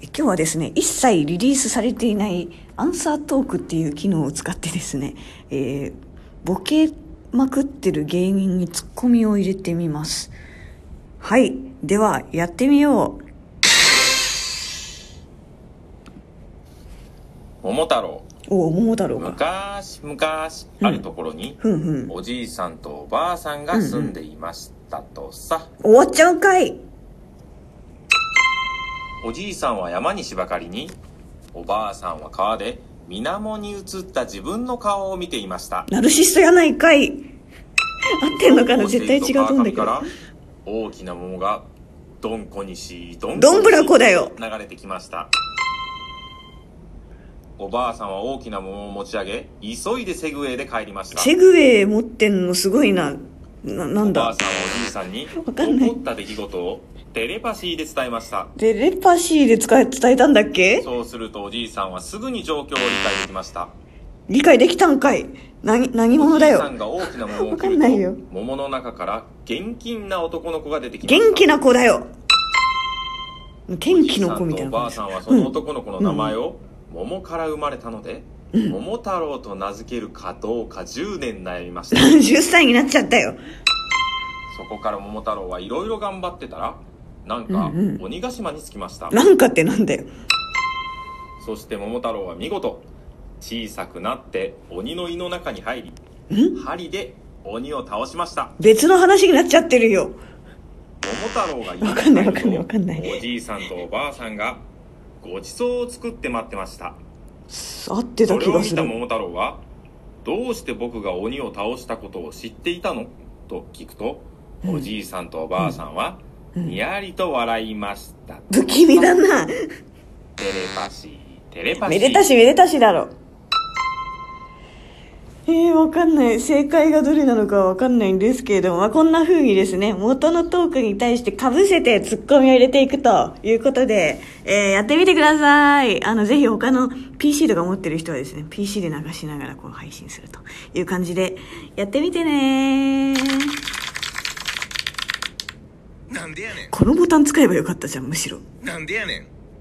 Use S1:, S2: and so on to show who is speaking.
S1: 今日はですね、一切リリースされていないアンサートークっていう機能を使ってですね、えー、ボケまくってる芸人にツッコミを入れてみます。はい。では、やってみよう。
S2: 桃太郎。
S1: おお、桃太郎か。
S2: 昔、昔、あるところに、
S1: ふんふん。
S2: おじいさんとおばあさんが住んでいましたとさ。
S1: 終わっちゃうんかい
S2: おじいさんは山に芝刈りに、おばあさんは川で、水面に映った自分の顔を見ていました。
S1: ナルシストやないかい。合ってんのかな絶対違うと思うんだけど。
S2: 大きな桃が、どんこにし、どん
S1: どんぶらこだよ。
S2: 流れてきました。おばあさんは大きな桃を持ち上げ、急いでセグウェイで帰りました。
S1: セグウェイ持ってんのすごいな。な、なんだ。
S2: おばあさんはおじいさんに、
S1: わかんない
S2: 起こった出来事をテレパシーで伝えました。
S1: テレパシーで使え、伝えたんだっけ
S2: そうするとおじいさんはすぐに状況を理解できました。
S1: 理解できたんかい何、何者だよ。
S2: おじいさんが大きな桃を
S1: わかんないよ。
S2: 桃の中から元気な男の子が出てきま
S1: した。元気な子だよ天気の子みたいな。
S2: おばあさんはその男の子の名前を、うん、桃から生まれたので、うん、桃太郎と名付けるかどうか10年悩み ました
S1: 10歳になっちゃったよ
S2: そこから桃太郎はいろいろ頑張ってたらなんか鬼ヶ島に着きました、
S1: うんうん、なんかってなんだよ
S2: そして桃太郎は見事小さくなって鬼の胃の中に入
S1: り
S2: 針で鬼を倒しました
S1: 別の話になっちゃってるよ
S2: 桃太郎
S1: がわかんないわかんないわかんない
S2: おじいさんとおばあさんがごちそうを作って待ってました
S1: 合ってた気がす
S2: る桃太郎は「どうして僕が鬼を倒したことを知っていたの?」と聞くと、うん、おじいさんとおばあさんは、うん、にやりと笑いました
S1: 不気味だなテレ
S2: パシーテレパシ
S1: ーめでたしめでたしだろえー、わかんない。正解がどれなのかわかんないんですけれども、まあ、こんな風にですね、元のトークに対して被せてツッコミを入れていくということで、えー、やってみてください。あの、ぜひ他の PC とか持ってる人はですね、PC で流しながらこう配信するという感じで、やってみてね
S2: なんでやねん。
S1: このボタン使えばよかったじゃん、むしろ。
S2: なんでやねん。